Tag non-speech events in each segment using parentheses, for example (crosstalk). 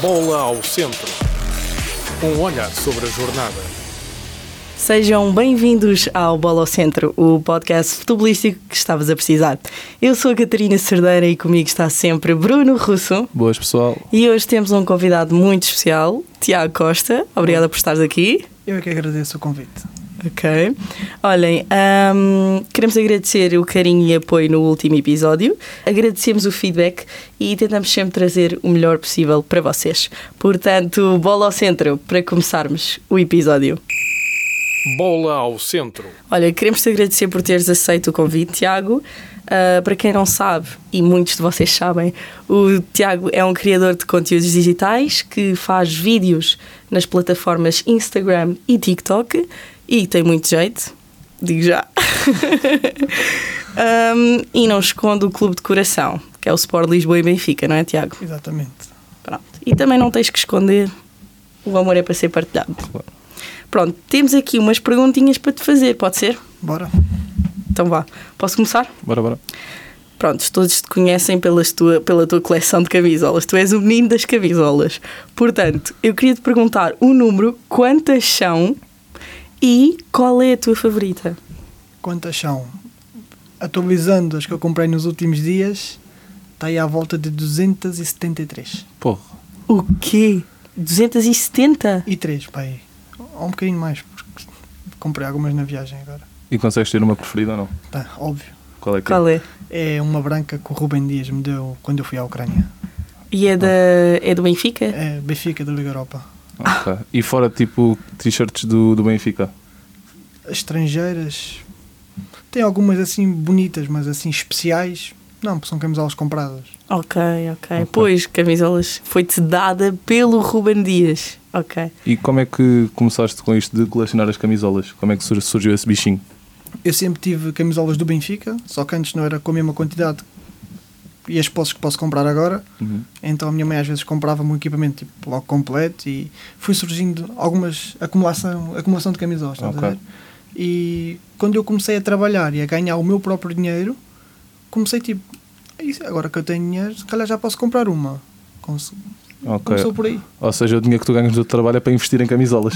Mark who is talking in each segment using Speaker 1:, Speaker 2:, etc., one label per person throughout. Speaker 1: Bola ao centro. Um olhar sobre a jornada.
Speaker 2: Sejam bem-vindos ao Bola ao Centro, o podcast futebolístico que estavas a precisar. Eu sou a Catarina Cerdeira e comigo está sempre Bruno Russo.
Speaker 3: Boas, pessoal.
Speaker 2: E hoje temos um convidado muito especial, Tiago Costa. Obrigada por estares aqui.
Speaker 4: Eu é que agradeço o convite.
Speaker 2: Ok. Olhem, hum, queremos agradecer o carinho e apoio no último episódio. Agradecemos o feedback e tentamos sempre trazer o melhor possível para vocês. Portanto, bola ao centro para começarmos o episódio.
Speaker 1: Bola ao centro.
Speaker 2: Olha, queremos te agradecer por teres aceito o convite, Tiago. Ah, para quem não sabe, e muitos de vocês sabem, o Tiago é um criador de conteúdos digitais que faz vídeos nas plataformas Instagram e TikTok e tem muito jeito, digo já. (laughs) Ahm, e não esconde o clube de coração, que é o Sport Lisboa e Benfica, não é, Tiago?
Speaker 4: Exatamente.
Speaker 2: Pronto. E também não tens que esconder. O amor é para ser partilhado. Pronto, temos aqui umas perguntinhas para te fazer, pode ser?
Speaker 4: Bora.
Speaker 2: Então vá. Posso começar?
Speaker 3: Bora, bora.
Speaker 2: Prontos, todos te conhecem pelas tua, pela tua coleção de camisolas. Tu és o menino das camisolas. Portanto, eu queria te perguntar o número, quantas são e qual é a tua favorita?
Speaker 4: Quantas são? Atualizando as que eu comprei nos últimos dias, está aí à volta de 273.
Speaker 3: Porra.
Speaker 2: O quê? 270?
Speaker 4: E 3, pai. Ou um bocadinho mais, porque comprei algumas na viagem agora.
Speaker 3: E consegues ter uma preferida ou não?
Speaker 4: Tá, óbvio.
Speaker 3: Qual é que
Speaker 2: Qual é?
Speaker 4: É uma branca que o Rubem Dias me deu quando eu fui à Ucrânia.
Speaker 2: E é, da, é do Benfica?
Speaker 4: É Benfica da Liga Europa.
Speaker 3: Ah, Ok. E fora, tipo, t-shirts do, do Benfica?
Speaker 4: Estrangeiras. Tem algumas assim bonitas, mas assim especiais. Não, porque são camisolas compradas.
Speaker 2: Ok, ok.
Speaker 3: Ok.
Speaker 2: Pois, camisolas. Foi-te dada pelo Ruben Dias. Ok.
Speaker 3: E como é que começaste com isto de colecionar as camisolas? Como é que sur- surgiu esse bichinho?
Speaker 4: Eu sempre tive camisolas do Benfica, só que antes não era com a mesma quantidade e as posses que posso comprar agora. Então a minha mãe às vezes comprava-me um equipamento tipo, logo completo e foi surgindo algumas acumulação, acumulação de camisolas, estás
Speaker 3: Ok.
Speaker 4: a ver? E quando eu comecei a trabalhar e a ganhar o meu próprio dinheiro, comecei tipo, "Isso, agora que eu tenho dinheiro, se calhar já posso comprar uma. Conse-
Speaker 3: Ok.
Speaker 4: Começou por aí.
Speaker 3: Ou seja, o dinheiro que tu ganhas do teu trabalho é para investir em camisolas.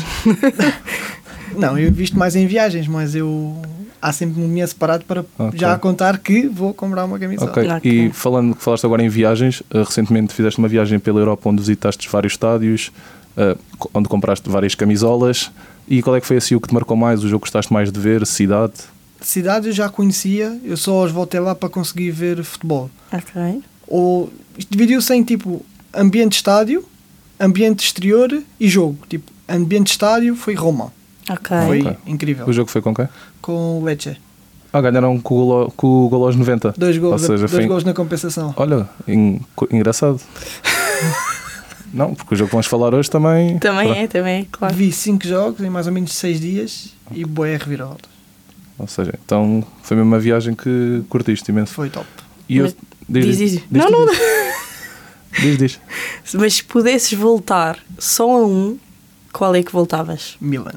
Speaker 4: Não, eu visto mais em viagens, mas eu há sempre um dinheiro separado para
Speaker 3: Ok.
Speaker 4: já contar que vou comprar uma camisola.
Speaker 3: Ok.
Speaker 2: Ok.
Speaker 3: E falando, falaste agora em viagens, eh, recentemente fizeste uma viagem pela Europa onde visitaste vários estádios, eh, co- onde compraste várias camisolas. E qual é que foi assim o que te marcou mais? O jogo que gostaste mais de ver? Cidade?
Speaker 4: cidade eu já conhecia, eu só os voltei lá para conseguir ver futebol.
Speaker 2: Ok.
Speaker 4: Ou isto dividiu-se em tipo ambiente estádio, ambiente exterior e jogo. Tipo, ambiente estádio foi Roma.
Speaker 2: Ok.
Speaker 4: Foi
Speaker 3: Ok.
Speaker 4: incrível.
Speaker 3: O jogo foi com quem?
Speaker 4: Com o Lecce.
Speaker 3: Ah, ganharam com o golo, com o golo aos 90.
Speaker 4: Dois gols,
Speaker 3: Ou seja,
Speaker 4: dois
Speaker 3: foi-
Speaker 4: gols na compensação.
Speaker 3: Olha, en- co-
Speaker 4: (laughs)
Speaker 3: engraçado. não, porque o jogo que vamos falar hoje também.
Speaker 2: Também é, também é, claro.
Speaker 4: Vi cinco jogos em mais ou menos seis dias e boé reviravolta.
Speaker 3: Ou seja, então foi mesmo uma viagem que curtiste imenso.
Speaker 4: Foi top.
Speaker 3: E eu-
Speaker 2: Mas diz, diz. Não,
Speaker 3: tu,
Speaker 2: não,
Speaker 3: diz. Diz, diz.
Speaker 2: Mas se pudesses voltar só a um, qual é que voltavas?
Speaker 4: Milan.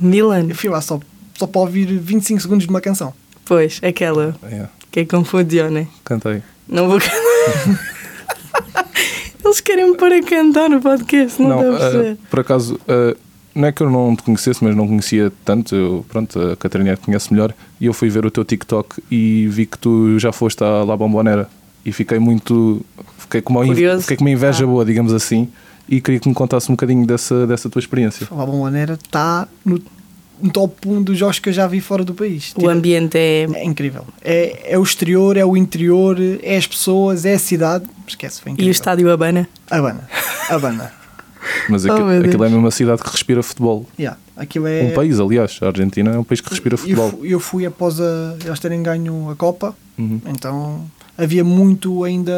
Speaker 2: Milan.
Speaker 4: Eu fui lá só, só para ouvir 25 segundos de uma canção.
Speaker 2: Pois, aquela
Speaker 3: É,
Speaker 2: que é confundiu, né?
Speaker 3: cantei.
Speaker 2: Não vou cantar.
Speaker 3: (laughs)
Speaker 2: Eles querem-me para cantar no podcast, não, dá a
Speaker 3: ah,
Speaker 2: perceber.
Speaker 3: por acaso, ah, não é que eu não te conhecesse, mas não conhecia tanto. Eu, pronto, a Catarina conhece melhor. E eu fui ver o teu TikTok e vi que tu já foste à La Bombonera. E fiquei muito. Fiquei com uma, inve-
Speaker 2: Curioso.
Speaker 3: fiquei com uma inveja
Speaker 2: Ah.
Speaker 3: boa, digamos assim. E queria que me contasse um bocadinho dessa, dessa tua experiência.
Speaker 2: Oh
Speaker 4: Falar bom maneira, está no, no top 1 dos jogos que eu já vi fora do país.
Speaker 2: o
Speaker 4: Tipo,
Speaker 2: ambiente é.
Speaker 4: É incrível. É, é o exterior, é o interior, é as pessoas, é a cidade. Esquece, foi
Speaker 2: E o
Speaker 4: incrível.
Speaker 2: estádio Habana.
Speaker 4: Habana. Habana.
Speaker 3: Mas
Speaker 2: Oh,
Speaker 3: aquilo,
Speaker 2: meu Deus.
Speaker 3: aquilo é mesmo uma cidade que respira futebol.
Speaker 4: (laughs) Yeah. Aquilo é.
Speaker 3: Um país, aliás, a Argentina é um país que respira
Speaker 4: eu,
Speaker 3: futebol.
Speaker 4: fu- eu fui após a, eles terem ganho a Copa,
Speaker 3: Uhum.
Speaker 4: então havia muito ainda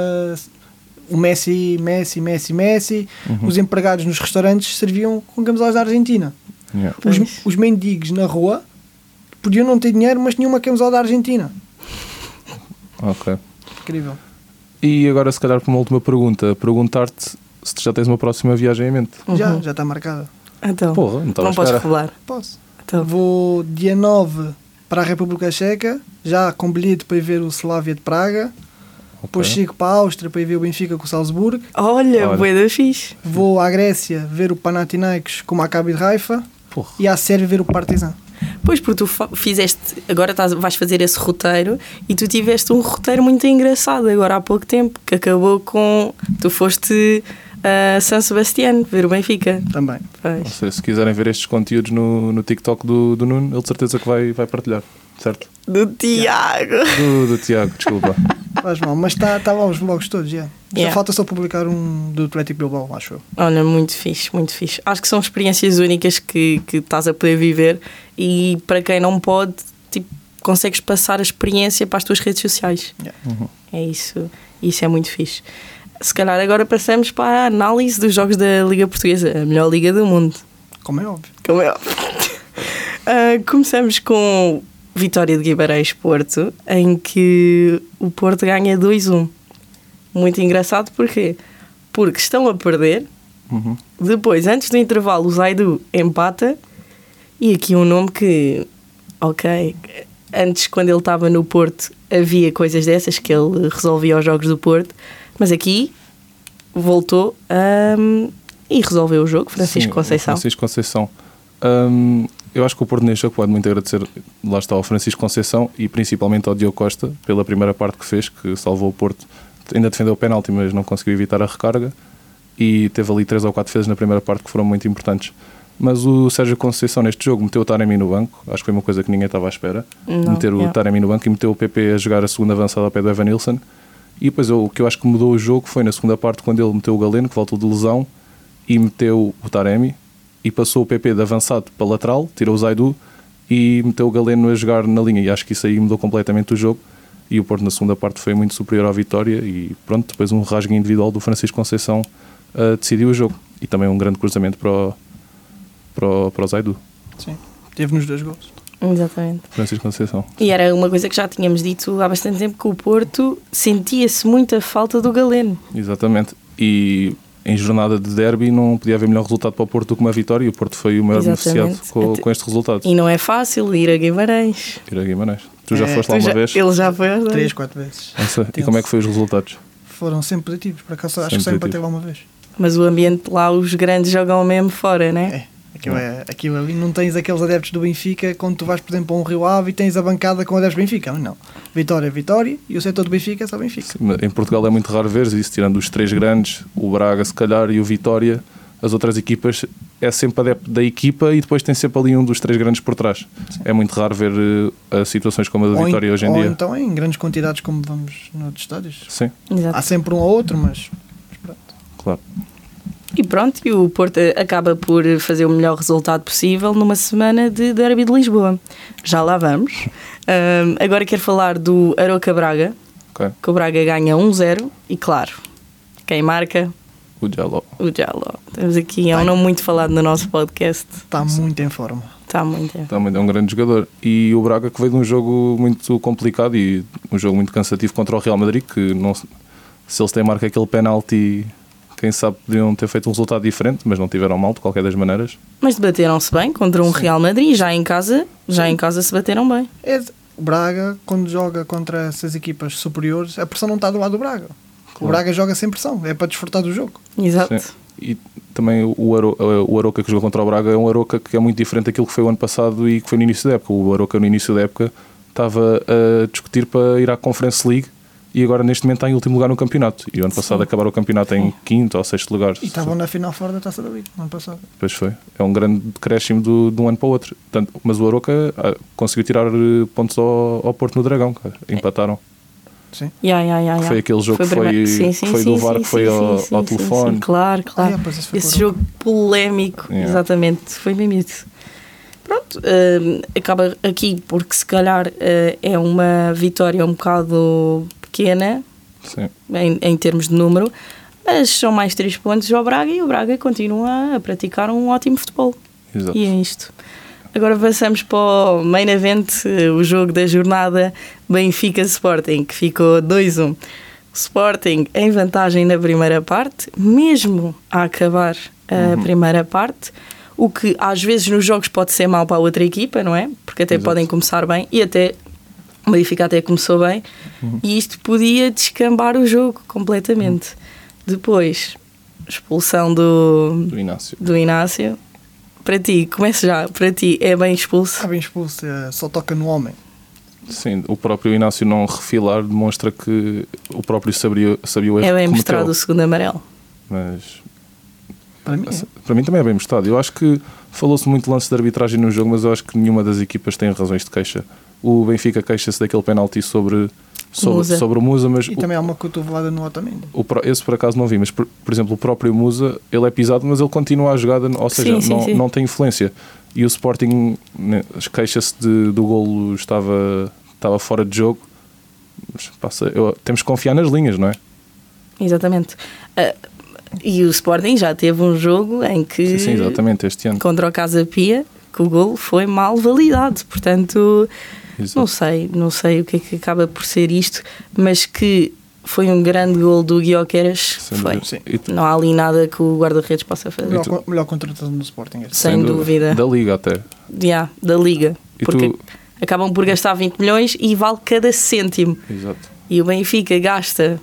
Speaker 4: o Messi, Messi, Messi, Messi.
Speaker 3: Uhum.
Speaker 4: Os empregados nos restaurantes serviam com camisolas da Argentina.
Speaker 3: Yeah.
Speaker 2: Pois.
Speaker 4: Os, os mendigos na rua podiam não ter dinheiro, mas tinham uma camisola da Argentina.
Speaker 3: Ok.
Speaker 4: Incrível.
Speaker 3: E agora, se calhar, para uma última pergunta, perguntar-te se tu já tens uma próxima viagem em mente.
Speaker 2: Uhum.
Speaker 4: Já, já está marcada.
Speaker 2: Então.
Speaker 3: Porra, não estava à
Speaker 2: não podes
Speaker 3: espera.
Speaker 2: revelar.
Speaker 4: Posso.
Speaker 2: Então.
Speaker 4: Vou dia 9 para a República Checa, já com bilhete para ir ver o Slavia de Praga. Depois chego para a Áustria para ir ver o Benfica com o Salzburg.
Speaker 2: Olha,
Speaker 3: Olha.
Speaker 2: bué da fixe.
Speaker 4: Vou à Grécia ver o Panathinaikos com o Maccabi de Haifa.
Speaker 3: Porra.
Speaker 4: E à Sérvia ver o Partizan.
Speaker 2: Pois, porque tu fa- fizeste, agora estás- vais fazer esse roteiro e tu tiveste um roteiro muito engraçado agora há pouco tempo, que acabou com. Tu foste a San Sebastián ver o Benfica.
Speaker 4: Também.
Speaker 3: Não
Speaker 2: Pois.
Speaker 3: sei, se quiserem ver estes conteúdos no, no TikTok do, do Nuno, ele de certeza que vai, vai partilhar, certo?
Speaker 2: Do Tiago!
Speaker 3: Do, do Tiago,
Speaker 2: (laughs)
Speaker 3: desculpa.
Speaker 4: Faz mal. Mas está tá lá os vlogs todos, já.
Speaker 2: Yeah.
Speaker 4: Já falta só publicar um do Atlético Bilbao, acho eu.
Speaker 2: Olha, muito fixe, muito fixe. Acho que são experiências únicas que, que estás a poder viver e para quem não pode, tipo, consegues passar a experiência para as tuas redes sociais.
Speaker 4: Yeah.
Speaker 3: Hum.
Speaker 2: É isso, isso é muito fixe. Se calhar agora passamos para a análise dos jogos da Liga Portuguesa, a melhor liga do mundo.
Speaker 4: Como é óbvio.
Speaker 2: Como é óbvio. Ah, começamos com vitória de Guimarães Porto, em que o Porto ganha 2-1. Muito engraçado porquê? Porque estão a perder.
Speaker 3: Uhum.
Speaker 2: Depois, antes do intervalo, o Zaidu empata. E aqui um nome que, ok, antes quando ele estava no Porto havia coisas dessas que ele resolvia aos jogos do Porto, mas aqui voltou hum, e resolveu o jogo, Francisco
Speaker 3: Sim,
Speaker 2: Conceição.
Speaker 3: o Francisco Conceição. Hum, eu acho que o Porto neste jogo pode muito agradecer, lá está, ao Francisco Conceição e principalmente ao Diogo Costa pela primeira parte que fez, que salvou o Porto. Ainda defendeu o penalti, mas não conseguiu evitar a recarga. E teve ali três ou quatro defesas na primeira parte que foram muito importantes. Mas o Sérgio Conceição neste jogo meteu o Taremi no banco, acho que foi uma coisa que ninguém estava à espera.
Speaker 2: Não,
Speaker 3: meter o
Speaker 2: yeah.
Speaker 3: Taremi no banco e meteu o PP a jogar a segunda avançada ao pé do Evanilson. E depois eu- o que eu acho que mudou o jogo foi na segunda parte quando ele meteu o Galeno, que voltou de lesão, e meteu o Taremi e passou o PP de avançado para lateral, tirou o Zaidu e meteu o Galeno a jogar na linha. E acho que isso aí mudou completamente o jogo. E o Porto na segunda parte foi muito superior à vitória. E pronto, depois um rasgo individual do Francisco Conceição ah, decidiu o jogo. E também um grande cruzamento para o, para o, para o Zaidu,
Speaker 4: Sim. Teve nos dois gols.
Speaker 2: Exatamente.
Speaker 3: Francisco Conceição.
Speaker 2: E era uma coisa que já tínhamos dito há bastante tempo que o Porto sentia-se muito a falta do Galeno.
Speaker 3: Exatamente. E em jornada de derby não podia haver melhor resultado para o Porto do que uma vitória. E o Porto foi o maior
Speaker 2: Exatamente.
Speaker 3: beneficiado com,
Speaker 2: Até-
Speaker 3: com este resultado.
Speaker 2: E não é fácil ir a Guimarães.
Speaker 3: Tira Guimarães. Tu já
Speaker 4: É,
Speaker 3: foste lá
Speaker 2: Tu
Speaker 3: uma
Speaker 2: já-
Speaker 3: vez.
Speaker 2: Ele já foi. a-
Speaker 4: Três, quatro vezes.
Speaker 3: Não sei. E
Speaker 4: Tenso.
Speaker 3: como é que foi os resultados?
Speaker 4: Foram sempre positivos. Por acaso acho
Speaker 3: Sempre
Speaker 4: que só empatei
Speaker 3: positivo.
Speaker 4: lá uma vez.
Speaker 2: Mas o ambiente lá, os grandes jogam mesmo fora, né?
Speaker 4: É. Aquilo, é, aquilo ali não tens aqueles adeptos do Benfica quando tu vais, por exemplo, a um Rio Ave e tens a bancada com adeptos do Benfica. Não. Vitória, vitória e o setor do Benfica é só Benfica.
Speaker 3: Em Portugal é muito raro ver isso, tirando os três grandes, o Braga se calhar e o Vitória. As outras equipas é sempre adepto da equipa e depois tem sempre ali um dos três grandes por trás. É muito raro ver eh, as situações como a da
Speaker 4: Ou en-
Speaker 3: Vitória hoje em
Speaker 4: ou
Speaker 3: dia.
Speaker 4: então em grandes quantidades como vamos noutros estádios.
Speaker 3: Sim,
Speaker 2: Exato.
Speaker 4: Há sempre um ou outro, mas
Speaker 3: claro.
Speaker 2: E pronto, e o Porto acaba por fazer o melhor resultado possível numa semana de Derby de Lisboa. Já lá vamos. Ahm, agora quero falar do Aroca Braga,
Speaker 3: Ok.
Speaker 2: que o Braga ganha 1-0 e claro, quem marca?
Speaker 3: O Jaló.
Speaker 2: O Jaló. Temos aqui, é um nome muito falado no nosso podcast.
Speaker 4: está muito em forma.
Speaker 2: Está muito. é.
Speaker 3: Também é um grande jogador. E o Braga que veio de um jogo muito complicado e um jogo muito cansativo contra o Real Madrid, que não se se eles têm marca é aquele penalti, quem sabe podiam ter feito um resultado diferente, mas não tiveram mal de qualquer das maneiras.
Speaker 2: Mas debateram-se bem contra um Real Madrid, já em casa, já em casa se bateram bem.
Speaker 4: É, o Braga, quando joga contra essas equipas superiores, a pressão não está do lado do Braga. O
Speaker 3: Claro.
Speaker 4: Braga joga sem pressão, é para desfrutar do jogo.
Speaker 2: Exato.
Speaker 3: Sim. E também o, Aro, eh, o Aroca que jogou contra o Braga é um Aroca que é muito diferente daquilo que foi o ano passado e que foi no início da época. O Aroca no início da época estava a discutir para ir à Conference League e agora neste momento está em último lugar no campeonato. E o ano passado acabaram o campeonato em quinto ou sexto lugar.
Speaker 4: E estavam na final fora da Taça da Liga, no ano passado.
Speaker 3: Pois foi. É um grande decréscimo do, de um ano para o outro. Portanto, mas o Aroca ah, conseguiu tirar eh, pontos ao, ao Porto no Dragão, cara. Empataram.
Speaker 4: Sim.
Speaker 2: Ya, ya, ya,
Speaker 3: Que
Speaker 2: ya.
Speaker 3: foi aquele jogo que foi-
Speaker 2: primeiro-
Speaker 3: que foi do VAR que foi ao- ao telefone.
Speaker 2: Claro, claro.
Speaker 4: Ah, é, pois, esse foi
Speaker 2: Esse
Speaker 4: com o
Speaker 2: jogo polémico,
Speaker 3: Yeah.
Speaker 2: exatamente, foi mesmo isso. Pronto, hum, acaba aqui porque se calhar eh, é uma vitória um bocado pequena
Speaker 3: Sim.
Speaker 2: em, em termos de número, mas são mais três pontos ao Braga e o Braga continua a praticar um ótimo futebol.
Speaker 3: Exato.
Speaker 2: E é isto. Agora passamos para o main event, eh, o jogo da jornada Benfica Sporting, que ficou 2-1. Sporting em vantagem na primeira parte, mesmo a acabar a primeira parte, o que às vezes nos jogos pode ser mau para a outra equipa, não é? Porque até
Speaker 3: Exato.
Speaker 2: podem começar bem e até O Benfica até começou bem e isto podia descambar o jogo completamente. Depois, expulsão do,
Speaker 3: do Inácio.
Speaker 2: do Inácio. Para ti, começa já. Para ti, é bem expulso.
Speaker 4: Está bem expulso, eh, só toca no homem.
Speaker 3: Sim, o próprio Inácio não refilar demonstra que o próprio sabia, sabia o erro
Speaker 2: É bem
Speaker 3: que cometeu.
Speaker 2: mostrado o segundo amarelo.
Speaker 3: Mas
Speaker 4: Para mim, é.
Speaker 3: essa- para mim também é bem mostrado. Eu acho que falou-se muito de lance de arbitragem no jogo, mas eu acho que nenhuma das equipas tem razões de queixa. O Benfica queixa-se daquele penalti sobre, sobre,
Speaker 2: Musa.
Speaker 3: sobre o Musa, mas
Speaker 4: e
Speaker 3: o-
Speaker 4: também há uma cotovelada no Otamendi.
Speaker 3: O pró- esse por acaso não vi, mas por, por exemplo, o próprio Musa, ele é pisado, mas ele continua a jogada, ou seja,
Speaker 2: Sim, sim,
Speaker 3: não,
Speaker 2: sim.
Speaker 3: não tem influência. E o Sporting né, queixa-se de- do golo estava, estava fora de jogo. Mas, passa, eu- temos que confiar nas linhas, não é?
Speaker 2: Exatamente. Ah, e o Sporting já teve um jogo em que
Speaker 3: Sim, sim, exatamente, este ano.
Speaker 2: contra o Casa Pia que o golo foi mal validado. Portanto,
Speaker 3: Exato.
Speaker 2: não sei, não sei o que é que acaba por ser isto, mas que foi um grande golo do Guioqueras.
Speaker 3: Sem
Speaker 2: Foi.
Speaker 3: dúvida.
Speaker 4: Sim.
Speaker 3: E tu-
Speaker 2: Não há ali nada que o guarda-redes possa fazer.
Speaker 4: Melhor,
Speaker 3: tu-
Speaker 4: co- melhor contratação do Sporting. é. este.
Speaker 2: Sem dúvida.
Speaker 3: Da liga até.
Speaker 2: Yeah, da liga.
Speaker 3: E
Speaker 2: Porque
Speaker 3: tu-
Speaker 2: acabam por gastar 20 milhões e vale cada cêntimo.
Speaker 3: Exato.
Speaker 2: E o Benfica gasta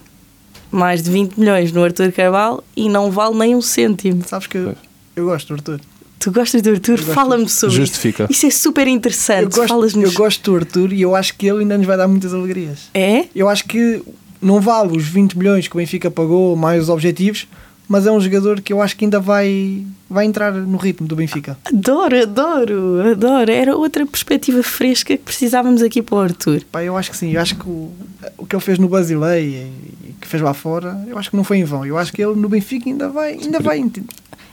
Speaker 2: mais de 20 milhões no Arthur Carvalho e não vale nem um cêntimo.
Speaker 4: Sabes que
Speaker 3: Pois.
Speaker 4: eu gosto do Arthur.
Speaker 2: Tu gostas do Arthur?
Speaker 4: gosto.
Speaker 2: Fala-me sobre
Speaker 3: Justifica.
Speaker 2: isso. Isso é super
Speaker 4: Eu
Speaker 2: interessante.
Speaker 4: gosto, eu
Speaker 2: Falas-nos.
Speaker 4: gosto do Arthur e eu acho que ele ainda nos vai dar muitas alegrias.
Speaker 2: É?
Speaker 4: Eu acho que não vale os 20 milhões que o Benfica pagou, mais os objetivos, mas é um jogador que eu acho que ainda vai, vai entrar no ritmo do Benfica.
Speaker 2: Adoro, adoro, adoro. Era outra perspectiva fresca que precisávamos aqui para o Arthur.
Speaker 4: Pá, eu acho que sim, eu acho que o, o que ele fez no Basilei e, e que fez lá fora, eu acho que não foi em vão. Eu acho que ele no Benfica ainda vai, ainda vai ent-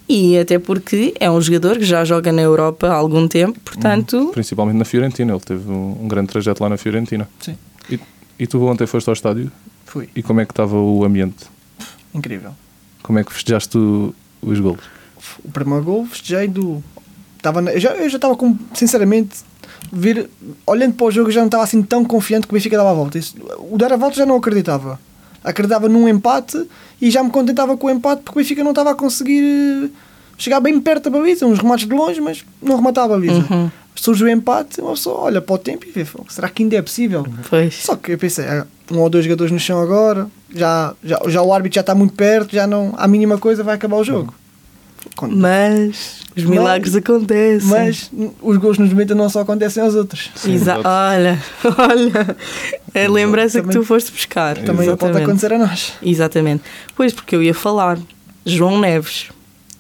Speaker 2: E até porque é um jogador que já joga na Europa há algum tempo, portanto,
Speaker 3: Principalmente na Fiorentina. Ele teve um, um grande trajeto lá na Fiorentina.
Speaker 4: Sim.
Speaker 3: E, e tu ontem foste ao estádio
Speaker 4: Foi
Speaker 3: e como é que estava o ambiente?
Speaker 4: incrível.
Speaker 3: Como é que festejaste o- os golos?
Speaker 4: O primeiro gol festejei do. Tava na- eu já eu já estava com. Sinceramente, vir, olhando para o jogo, eu já não estava assim tão confiante que o Benfica dava a volta. Isso- o dar a volta já não acreditava. Acreditava num empate e já me contentava com o empate porque o Benfica não estava a conseguir eh, chegar bem perto da baliza. Uns remates de longe, mas não rematava a baliza. Surge o empate, uma pessoa olha para o tempo e vê: "Fogo, será que ainda é possível?
Speaker 2: pois.
Speaker 4: Só que eu pensei, ah, um ou dois jogadores no chão agora, já, já, já o árbitro já está muito perto, já não, a mínima coisa vai
Speaker 3: Uhum.
Speaker 4: acabar o jogo. Quando-
Speaker 2: Mas os milagres acontecem.
Speaker 4: mas n- os gols nos 90 não só acontecem aos outros.
Speaker 3: Sim,
Speaker 2: Exa-
Speaker 3: exato.
Speaker 2: olha, (laughs) olha, a lembrança que tu
Speaker 4: Também-
Speaker 2: foste buscar.
Speaker 4: Também pode
Speaker 2: Exatamente.
Speaker 4: acontecer a nós.
Speaker 2: Exatamente. Pois, porque eu ia falar. João Neves.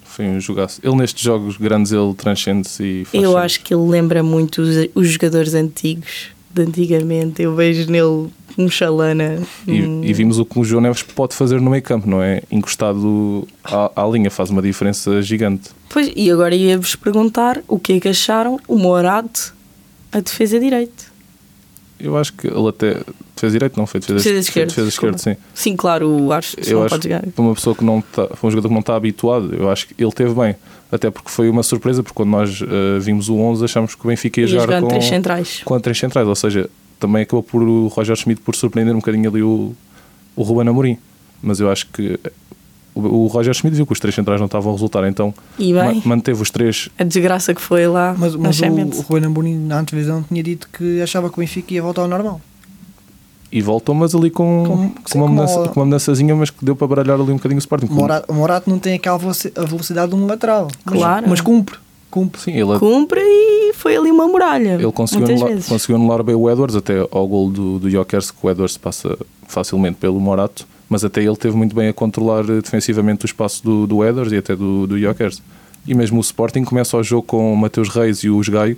Speaker 3: Foi um jogaço. Ele nestes jogos grandes ele transcende-se e faz
Speaker 2: Eu
Speaker 3: sempre.
Speaker 2: acho que ele lembra muito os, os jogadores antigos, de antigamente. Eu vejo nele um chalana.
Speaker 3: E,
Speaker 2: um-
Speaker 3: e vimos o que o João Neves pode fazer no meio campo, não é? Encostado à, à linha, faz uma diferença gigante.
Speaker 2: Pois, e agora ia-vos perguntar o que é que acharam o Morato a defesa direito.
Speaker 3: Eu acho que ele até fez direito, não foi? Defesa,
Speaker 2: Defesa esquerda,
Speaker 3: Defesa
Speaker 2: desculpa.
Speaker 3: esquerda, sim.
Speaker 2: Sim, claro, o Arce
Speaker 3: eu
Speaker 2: não
Speaker 3: acho
Speaker 2: pode jogar.
Speaker 3: que para uma pessoa que não está, para um jogador que não está habituado, eu acho que ele teve bem. Até porque foi uma surpresa, porque quando nós eh, vimos o 11 achámos que o Benfica ia,
Speaker 2: Ia jogar
Speaker 3: jogar
Speaker 2: em
Speaker 3: com,
Speaker 2: três centrais.
Speaker 3: com três centrais. Ou seja, também acabou por o Roger Schmidt por surpreender um bocadinho ali o, o Ruben Amorim. Mas eu acho que o, o Roger Schmidt viu que os três centrais não estavam a resultar, então
Speaker 2: E
Speaker 3: ma-
Speaker 2: bem,
Speaker 3: manteve os três
Speaker 2: a desgraça que foi lá
Speaker 4: Mas,
Speaker 2: na
Speaker 4: mas o,
Speaker 2: Champions.
Speaker 4: o Ruben Amorim na antevisão tinha dito que achava que o Benfica ia voltar ao normal.
Speaker 3: e voltou, mas ali com,
Speaker 4: Com-
Speaker 3: com
Speaker 4: sim,
Speaker 3: uma
Speaker 4: com
Speaker 3: mudança,
Speaker 4: uma-
Speaker 3: com uma mudançazinha, mas que deu para baralhar ali um bocadinho o Sporting.
Speaker 4: O Mora- o Morato não tem aquela veloci- a velocidade de um lateral. Mas,
Speaker 2: Claro.
Speaker 4: mas cumpre. Cumpre.
Speaker 3: Sim, ele,
Speaker 2: Cumpre e foi ali uma muralha.
Speaker 3: ele conseguiu,
Speaker 2: muitas
Speaker 3: anular,
Speaker 2: vezes.
Speaker 3: conseguiu anular bem o Edwards, até ao gol do, do Jokers, que o Edwards passa facilmente pelo Morato, mas até ele teve muito bem a controlar eh, defensivamente o espaço do, do Edwards e até do, do Jokers. E mesmo o Sporting começa o jogo com o Mateus Reis e o Gaio,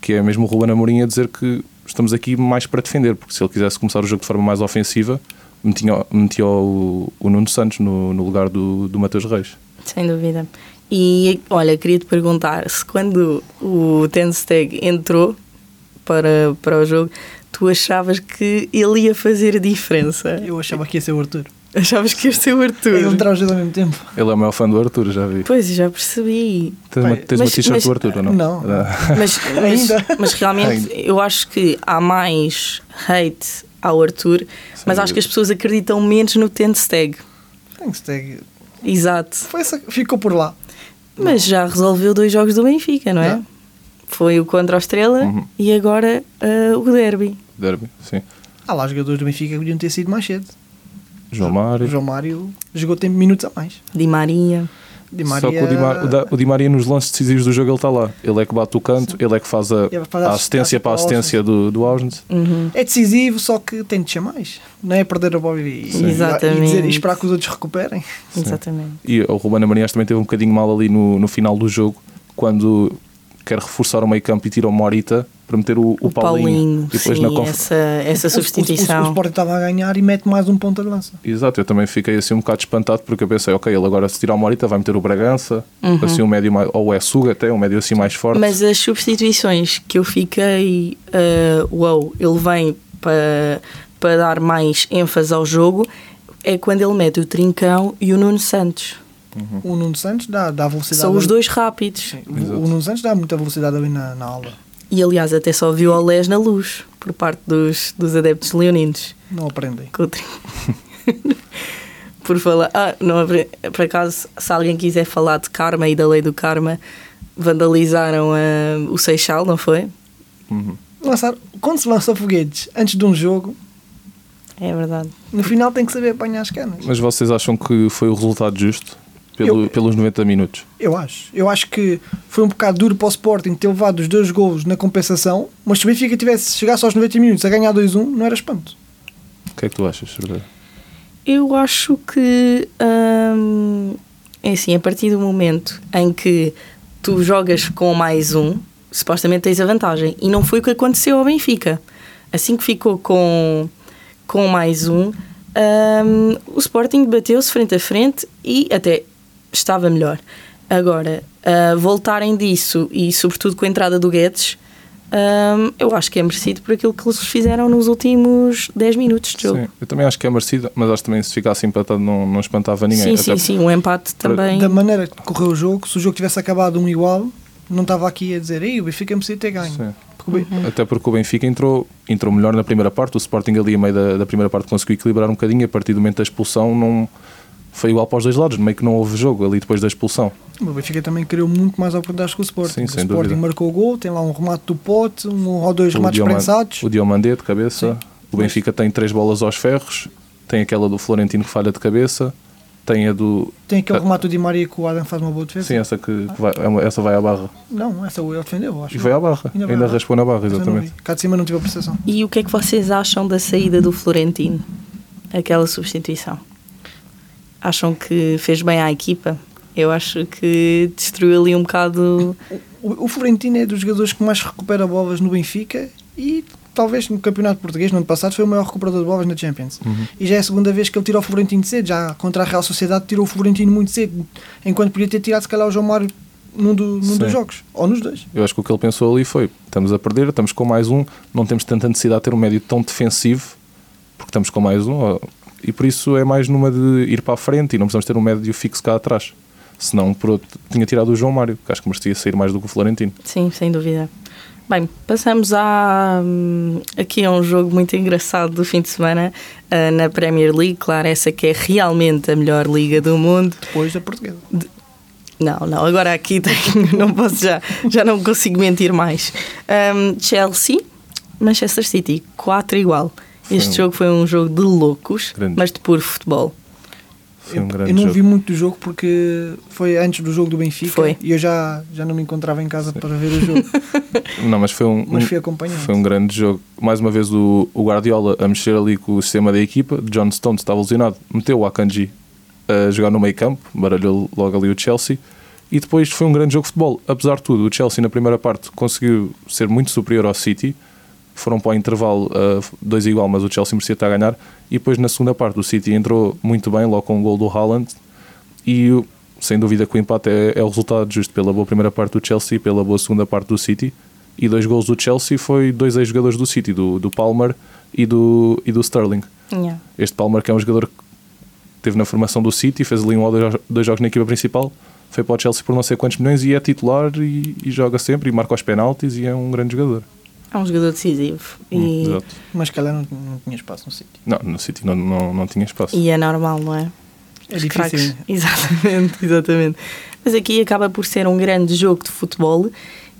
Speaker 3: que é mesmo o Ruben Amorim a dizer que estamos aqui mais para defender, porque se ele quisesse começar o jogo de forma mais ofensiva, metia, metia o, o Nuno Santos no, no lugar do, do Mateus Reis.
Speaker 2: Sem dúvida. E olha, queria te perguntar se quando o Ten Steg entrou para, para o jogo, tu achavas que ele ia fazer a diferença?
Speaker 4: Eu achava que um ia ser
Speaker 3: (laughs)
Speaker 4: o Arthur.
Speaker 2: Achavas que este é o Arthur?
Speaker 4: Ele entrar os dois ao mesmo tempo.
Speaker 3: Ele é o maior fã do Arthur, já vi.
Speaker 2: Pois, já percebi.
Speaker 3: Tens uma,
Speaker 4: Bem,
Speaker 3: tens uma
Speaker 2: mas-
Speaker 3: t-shirt
Speaker 2: mas-
Speaker 3: do Arthur, ou não?
Speaker 4: Não.
Speaker 3: Ah, (laughs)
Speaker 4: (laughs)
Speaker 2: Mas, mas,
Speaker 4: Ainda.
Speaker 2: mas realmente
Speaker 3: Ainda.
Speaker 2: eu acho que há mais hate ao Arthur, mas acho
Speaker 3: dúvida.
Speaker 2: que as pessoas acreditam menos no Ten Steg.
Speaker 4: Tem que se ter-
Speaker 2: Exato.
Speaker 4: Foi essa- ficou por lá.
Speaker 2: Mas já resolveu dois jogos do Benfica, não é?
Speaker 4: Já.
Speaker 3: Uhum.
Speaker 2: Foi o contra a Estrela e agora ah, o Derby.
Speaker 3: Derby, sim.
Speaker 4: Há Ah, lá jogadores do Benfica que podiam ter sido mais cedo.
Speaker 3: João Mário.
Speaker 4: O João Mário jogou tempo minutos a mais.
Speaker 2: Di Maria.
Speaker 4: Di
Speaker 3: Só que o Di, Mar- o Da- o Di Maria nos lances decisivos do jogo ele está lá. Ele é que bate o canto, ele é que faz a,
Speaker 4: Ele é que faz a
Speaker 3: a assistência
Speaker 4: assistência
Speaker 3: para a
Speaker 4: para o
Speaker 3: assistência do, do Ausnes.
Speaker 4: É decisivo, só que tem de ser mais. Não é perder a bola e, e-
Speaker 2: Exatamente.
Speaker 4: e dizer- e esperar que os outros recuperem.
Speaker 2: Exatamente.
Speaker 3: E o Ruben Amarias também teve um bocadinho mal ali no, no final do jogo, quando quer reforçar o meio campo e tira o Morita para meter o, o, Paulinho. E depois
Speaker 2: sim, é assim.
Speaker 3: na conf...
Speaker 2: essa, essa
Speaker 4: O, o, o
Speaker 2: substituição.
Speaker 4: Sporting estava a ganhar e mete mais um ponto de lança.
Speaker 3: Exato, eu também fiquei assim um bocado espantado porque eu pensei, ok, ele agora se tirar o Morita vai meter o Bragança, assim um médio mais, ou é Suga até, um médio assim mais forte.
Speaker 2: Mas as substituições que eu fiquei, ah, uau, ele vem para para dar mais ênfase ao jogo, é quando ele mete o Trincão e o Nuno Santos.
Speaker 4: O Nuno Santos dá, dá velocidade.
Speaker 2: São os
Speaker 4: ali-
Speaker 2: dois rápidos.
Speaker 4: Sim,
Speaker 3: Uhum. Exato.
Speaker 4: O, o Nuno Santos dá muita velocidade ali na, na aula.
Speaker 2: E aliás, até só viu Olés na luz por parte dos, dos adeptos leoninos.
Speaker 4: Não aprendem.
Speaker 2: Com o Trin- (laughs) por falar. Ah, não, abre- por acaso, se alguém quiser falar de karma e da lei do karma, vandalizaram ah, o Seixal, não foi?
Speaker 4: Lançar, quando se lança foguetes antes de um jogo,
Speaker 2: É verdade.
Speaker 4: no final tem que saber apanhar as canas.
Speaker 3: Mas vocês acham que foi o resultado justo pelo-
Speaker 4: Eu-
Speaker 3: pelos 90 minutos?
Speaker 4: Eu acho. Eu acho que foi um bocado duro para o Sporting ter levado os dois golos na compensação, mas se o Benfica tivesse chegasse aos 90 minutos a ganhar 2-1, não era espanto.
Speaker 3: O que é que tu achas, Sérgio?
Speaker 2: Eu acho que hum, é assim, a partir do momento em que tu jogas com mais um, supostamente tens a vantagem. E não foi o que aconteceu ao Benfica. Assim que ficou com, com mais um, hum, o Sporting bateu-se frente a frente e até estava melhor. Agora, ah, voltarem disso e sobretudo com a entrada do Guedes, hum, eu acho que é merecido por aquilo que eles fizeram nos últimos 10 minutos de jogo.
Speaker 3: Sim, eu também acho que é merecido, mas acho que também se ficasse empatado não, não espantava ninguém.
Speaker 2: Sim,
Speaker 3: Até
Speaker 2: sim, sim. O empate
Speaker 3: para-
Speaker 2: também.
Speaker 4: Da maneira que correu o jogo, se o jogo tivesse acabado um igual, não estava aqui a dizer, ei, o Benfica precisa ter ganho.
Speaker 3: Sim.
Speaker 4: Porque o Ben-
Speaker 2: Uhum.
Speaker 3: Até porque o Benfica entrou, entrou melhor na primeira parte, o Sporting ali a meio da, da primeira parte conseguiu equilibrar um bocadinho, a partir do momento da expulsão não foi igual para os dois lados, meio que não houve jogo ali depois da expulsão.
Speaker 4: O Benfica também criou muito mais oportunidades que o Sporting.
Speaker 3: Sim,
Speaker 4: o
Speaker 3: sem
Speaker 4: Sporting
Speaker 3: dúvida.
Speaker 4: marcou o gol, tem lá um remate do pote, um ou dois
Speaker 3: o,
Speaker 4: remates
Speaker 3: Diomande-
Speaker 4: prensados.
Speaker 3: o Diomandé de cabeça, o Benfica tem três bolas aos ferros, tem aquela do Florentino que falha de cabeça, tem a do.
Speaker 4: Tem aquele
Speaker 3: Ah.
Speaker 4: remate do Di Maria que o Adam faz uma boa defesa.
Speaker 3: Sim, essa que, que vai, é uma- essa vai à barra.
Speaker 4: Não, essa ele defendeu, eu acho.
Speaker 3: E vai à barra,
Speaker 4: Ainda
Speaker 3: ainda,
Speaker 4: vai à barra.
Speaker 3: raspou na barra,
Speaker 4: Essa eu não
Speaker 3: exatamente.
Speaker 4: vi. Cá de cima não tive a percepção.
Speaker 2: E o que é que vocês acham da saída do Florentino? Aquela substituição? Acham que fez bem à equipa? Eu acho que destruiu ali um bocado.
Speaker 4: O, o Florentino é dos jogadores que mais recupera bolas no Benfica e talvez no Campeonato Português, no ano passado, foi o maior recuperador de bolas na Champions.
Speaker 3: Uhum.
Speaker 4: E já é a segunda vez que ele tira o Florentino cedo, já contra a Real Sociedade tirou o Florentino muito cedo, enquanto podia ter tirado se calhar o João Mário num, do- num
Speaker 3: Sim.
Speaker 4: dos jogos, ou nos dois.
Speaker 3: Eu acho que o que ele pensou ali foi: estamos a perder, estamos com mais um, não temos tanta necessidade de ter um médio tão defensivo, porque estamos com mais um, ó, e por isso é mais numa de ir para a frente e não precisamos ter um médio fixo cá atrás. Senão, por outro, tinha tirado o João Mário, que acho que merecia sair mais do que o Florentino.
Speaker 2: Sim, sem dúvida. Bem, passamos a. hum, Aqui é um jogo muito engraçado do fim de semana ah, na Premier League, claro, essa que é realmente a melhor liga do mundo.
Speaker 4: Depois da Portuguesa.
Speaker 2: Não, não, agora aqui (laughs) tenho, não posso já, já não consigo mentir mais. Ahm, Chelsea, Manchester City, 4 igual. Este
Speaker 3: Foi um-
Speaker 2: jogo foi um jogo de loucos,
Speaker 3: Grande.
Speaker 2: mas de puro futebol.
Speaker 3: Foi um
Speaker 4: eu,
Speaker 3: grande
Speaker 4: eu não
Speaker 3: jogo.
Speaker 4: vi muito do jogo porque foi antes do jogo do Benfica
Speaker 2: Foi.
Speaker 4: e eu já, já não me encontrava em casa para ver o
Speaker 3: (laughs)
Speaker 4: jogo.
Speaker 3: Não, mas foi um,
Speaker 4: Mas
Speaker 3: um-
Speaker 4: fui acompanhante.
Speaker 3: foi um grande jogo. Mais uma vez o, o Guardiola a mexer ali com o sistema da equipa. John Stones estava lesionado, meteu o Akanji a jogar no meio campo, baralhou logo ali o Chelsea. E depois foi um grande jogo de futebol. Apesar de tudo, o Chelsea na primeira parte conseguiu ser muito superior ao City. Foram para o intervalo ah, dois igual, mas o Chelsea merecia estar a ganhar. E depois na segunda parte o City entrou muito bem, logo com o gol do Haaland. E o- sem dúvida que o empate é, é o resultado justo pela boa primeira parte do Chelsea, pela boa segunda parte do City. E dois gols do Chelsea foi dois ex-jogadores do City, do, do Palmer e do, e do Sterling.
Speaker 2: Yeah.
Speaker 3: Este Palmer, que é um jogador que teve na formação do City, fez ali um ou dois, dois jogos na equipa principal, foi para o Chelsea por não sei quantos milhões e é titular e, e joga sempre e marca os penaltis e é um grande jogador.
Speaker 2: É um jogador decisivo
Speaker 3: Hum,
Speaker 2: e,
Speaker 3: exato.
Speaker 4: Mas se calhar não, não tinha espaço no sítio.
Speaker 3: Não, no City não, não, não tinha espaço.
Speaker 2: e é normal, não é?
Speaker 4: É
Speaker 2: Os
Speaker 4: difícil.
Speaker 2: (laughs) craques. Exatamente, exatamente. Mas aqui acaba por ser um grande jogo de futebol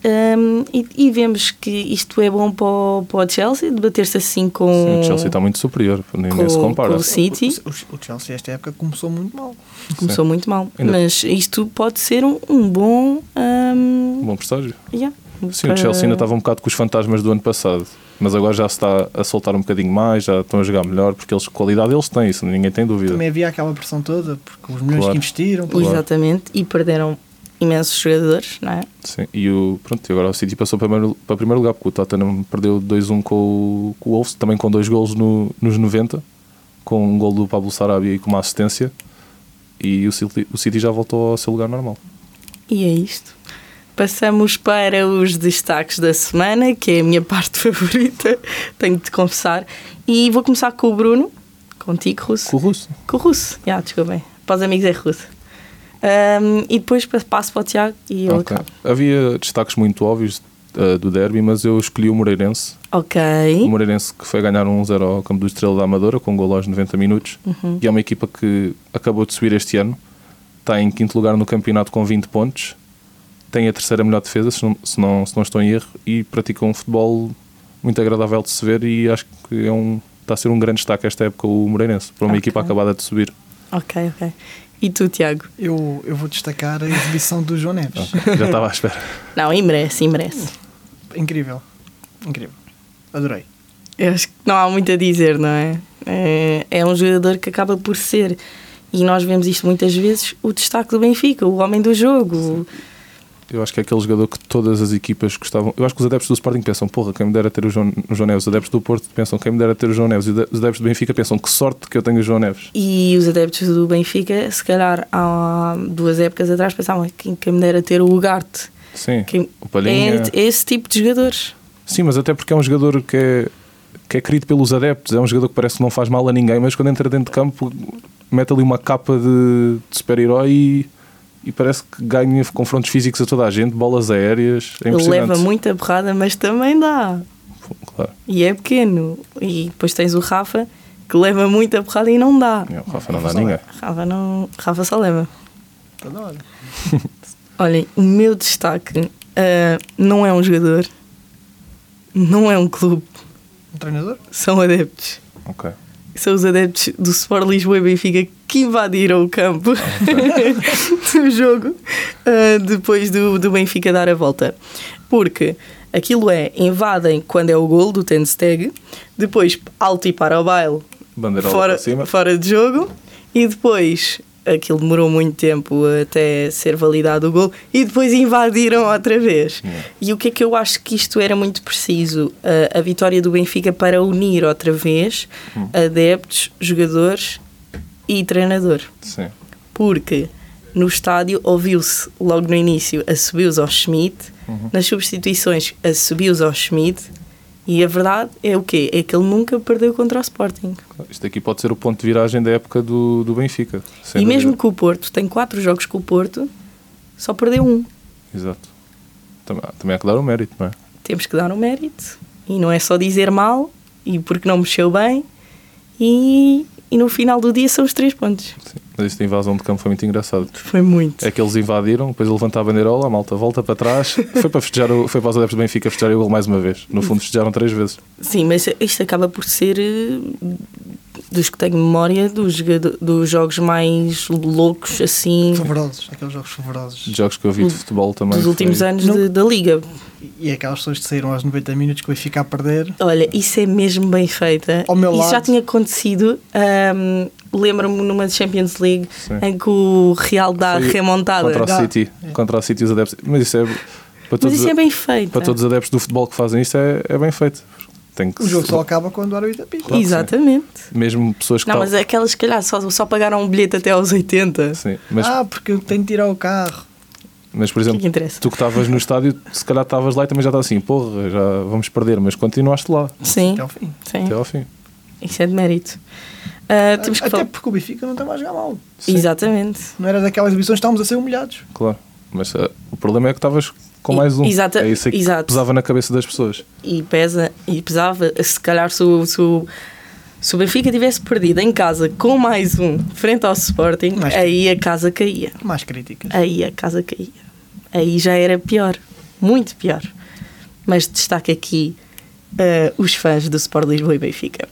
Speaker 2: Um, e, e vemos que isto é bom para o, para o Chelsea, debater-se assim com,
Speaker 3: Sim, o Chelsea está muito superior, nem, nem
Speaker 2: com-
Speaker 3: se compara.
Speaker 2: com o City.
Speaker 4: O, o- o Chelsea, esta época, começou muito mal.
Speaker 2: Começou muito mal,
Speaker 3: Ainda-
Speaker 2: mas isto pode ser um, um bom. um,
Speaker 3: Um bom presságio.
Speaker 2: yeah,
Speaker 3: Sim,
Speaker 2: para-
Speaker 3: o Chelsea ainda estava um bocado com os fantasmas do ano passado, mas agora já se está a soltar um bocadinho mais, já estão a jogar melhor, porque eles, qualidade eles têm, isso ninguém tem dúvida.
Speaker 4: Também havia aquela pressão toda, porque os milhões
Speaker 3: Claro.
Speaker 4: que investiram.
Speaker 2: Claro. Exatamente, e perderam imensos jogadores, não é?
Speaker 3: Sim, e o, pronto, e agora o City passou para primeiro, para primeiro lugar, porque o Tottenham perdeu 2-1 com, o- com o Wolves, também com dois golos no- nos 90, com um gol do Pablo Sarabia e com uma assistência, e o City, o City já voltou ao seu lugar normal.
Speaker 2: E é isto. Passamos para os destaques da semana, que é a minha (laughs) parte favorita, tenho de te confessar. E vou começar com o Bruno, contigo, Russo.
Speaker 3: Com o Russo.
Speaker 2: Com o russo. Já, desculpem. Para os amigos é russo. Ahm, e depois pa- passo para o Tiago e eu
Speaker 3: Ok.
Speaker 2: acabo.
Speaker 3: Havia destaques muito óbvios eh, do derby, mas eu escolhi o Moreirense,
Speaker 2: Ok.
Speaker 3: O Moreirense que foi ganhar um 0 ao campo do Estrela da Amadora com um gol aos 90 minutos e é uma equipa que acabou de subir este ano está em quinto lugar no campeonato com 20 pontos tem a terceira melhor defesa se não, se não, se não estou em erro e pratica um futebol muito agradável de se ver e acho que é um, está a ser um grande destaque esta época o Moreirense para uma
Speaker 2: Ok.
Speaker 3: equipa acabada de subir
Speaker 2: Ok, ok. E tu, Tiago?
Speaker 4: Eu, eu vou destacar a exibição do João Neves.
Speaker 3: já estava à espera
Speaker 2: Não, e merece, e merece.
Speaker 4: Incrível. Incrível. Adorei.
Speaker 2: Eu acho que não há muito a dizer, não é? É, é um jogador que acaba por ser, e nós vemos isto muitas vezes, o destaque do Benfica, o homem do jogo.
Speaker 3: Eu acho que é aquele jogador que todas as equipas gostavam. Eu acho que os adeptos do Sporting pensam, porra, quem me dera ter o João, o João Neves. Os adeptos do Porto pensam, quem me dera ter o João Neves. E os adeptos do Benfica pensam, que sorte que eu tenho o João Neves.
Speaker 2: E os adeptos do Benfica, se calhar há duas épocas atrás, pensavam quem, quem me dera ter o Ugarte.
Speaker 3: Sim,
Speaker 2: Quem-
Speaker 3: o Palhinha.
Speaker 2: É esse tipo de jogadores.
Speaker 3: Sim, mas até porque é um jogador que é, que é querido pelos adeptos. É um jogador que parece que não faz mal a ninguém, mas quando entra dentro de campo, mete ali uma capa de, de super-herói e, e parece que ganha confrontos físicos a toda a gente, bolas aéreas. É
Speaker 2: Ele
Speaker 3: impressionante.
Speaker 2: leva muita porrada, mas também dá.
Speaker 3: Claro.
Speaker 2: E é pequeno. E depois tens o Rafa, que leva muita porrada e não dá.
Speaker 3: É, O Rafa não dá a ninguém.
Speaker 2: Rafa, não... Rafa só leva.
Speaker 4: Adoro.
Speaker 2: Olhem, o meu destaque ah, não é um jogador, não é um clube,
Speaker 4: Um treinador?
Speaker 2: são adeptos.
Speaker 3: Ok.
Speaker 2: São os adeptos do Sport Lisboa e Benfica que invadiram o campo
Speaker 3: (laughs)
Speaker 2: do jogo ah, depois do, do Benfica dar a volta. Porque aquilo é, invadem quando é o gol do Ten Steg, depois alto e para o baile
Speaker 3: Bandeira
Speaker 2: fora,
Speaker 3: para cima.
Speaker 2: fora de jogo e depois aquilo demorou muito tempo até ser validado o gol e depois invadiram outra vez.
Speaker 3: Yeah.
Speaker 2: E o que é que eu acho que isto era muito preciso? A, a vitória do Benfica para unir outra vez adeptos, jogadores e treinador.
Speaker 3: Sim.
Speaker 2: Porque no estádio ouviu-se logo no início a subiu-os ao Schmidt, nas substituições a subiu-os ao Schmidt e a verdade é o quê? É que ele nunca perdeu contra o Sporting.
Speaker 3: Isto aqui pode ser o ponto de viragem da época do, do Benfica. sem
Speaker 2: e
Speaker 3: dúvida.
Speaker 2: mesmo com o Porto, tem quatro jogos com o Porto, só perdeu um.
Speaker 3: Exato. Também, ah, também há que dar o mérito, não é?
Speaker 2: Temos que dar um mérito. E não é só dizer mal, e porque não mexeu bem, e, e no final do dia são os três pontos.
Speaker 3: Sim. Mas isto da invasão de campo foi muito engraçado.
Speaker 2: Foi muito.
Speaker 3: É que eles invadiram, depois ele levanta a bandeirola, a malta volta para trás. (laughs) Foi para, festejar o, foi para os adeptos do Benfica festejar o gol mais uma vez. No fundo, festejaram três vezes.
Speaker 2: Sim, mas isto acaba por ser, eh, dos que tenho memória, dos, jogado- dos jogos mais loucos, assim,
Speaker 4: Fervorosos. Aqueles jogos fervorosos.
Speaker 3: De jogos que eu vi de futebol também.
Speaker 2: dos últimos
Speaker 3: foi-
Speaker 2: anos de- da Liga.
Speaker 4: E aquelas pessoas que saíram aos 90 minutos que vai ficar a perder.
Speaker 2: Olha, isso é mesmo bem feita.
Speaker 4: Ao meu
Speaker 2: isso
Speaker 4: lado.
Speaker 2: já tinha acontecido. hum, Lembro-me numa Champions League
Speaker 3: Sim.
Speaker 2: em que o Real dá a
Speaker 3: Foi
Speaker 2: remontada.
Speaker 3: Contra o
Speaker 4: Dá.
Speaker 3: City. Contra o City e os adeptos. Mas isso é. Para
Speaker 2: Mas
Speaker 3: todos,
Speaker 2: isso é bem feito.
Speaker 3: para todos os adeptos do futebol que fazem isto, é, é bem feito. Tem que
Speaker 4: O jogo
Speaker 3: se-
Speaker 4: só acaba quando o árbitro apita.
Speaker 3: Claro que sim. Tá
Speaker 2: Exatamente.
Speaker 3: Mesmo pessoas que.
Speaker 2: Não,
Speaker 3: tal-
Speaker 2: mas é- aquelas, se calhar, só, só pagaram um bilhete até aos 80.
Speaker 3: Sim, mas,
Speaker 4: Ah, porque eu tenho de tirar o carro.
Speaker 3: mas por
Speaker 2: O que é
Speaker 3: exemplo,
Speaker 2: que interessa?
Speaker 3: Tu que estavas no estádio, se calhar estavas lá e também já está assim, porra, já vamos perder, mas continuaste lá
Speaker 2: Sim,
Speaker 4: Até ao fim.
Speaker 2: sim.
Speaker 3: até ao fim.
Speaker 2: Isso é de mérito. Ah, temos que
Speaker 4: Até
Speaker 2: falar.
Speaker 4: porque o Benfica não estava a jogar mal.
Speaker 3: Sim,
Speaker 2: Exatamente.
Speaker 4: Não era daquelas ambições que estávamos a ser humilhados.
Speaker 3: Claro. Mas ah, o problema é que estavas com mais um.
Speaker 2: Exata-
Speaker 3: é isso é que
Speaker 2: exato.
Speaker 3: pesava na cabeça das pessoas.
Speaker 2: E, pesa, e pesava, se calhar, se o, se, o, se o Benfica tivesse perdido em casa com mais um, frente ao Sporting,
Speaker 4: Mas-
Speaker 2: aí a casa caía. Ah.
Speaker 4: Mais críticas.
Speaker 2: Aí a casa caía. Aí já era pior. muito pior. Mas destaque aqui eh, os fãs do Sport Lisboa e Benfica.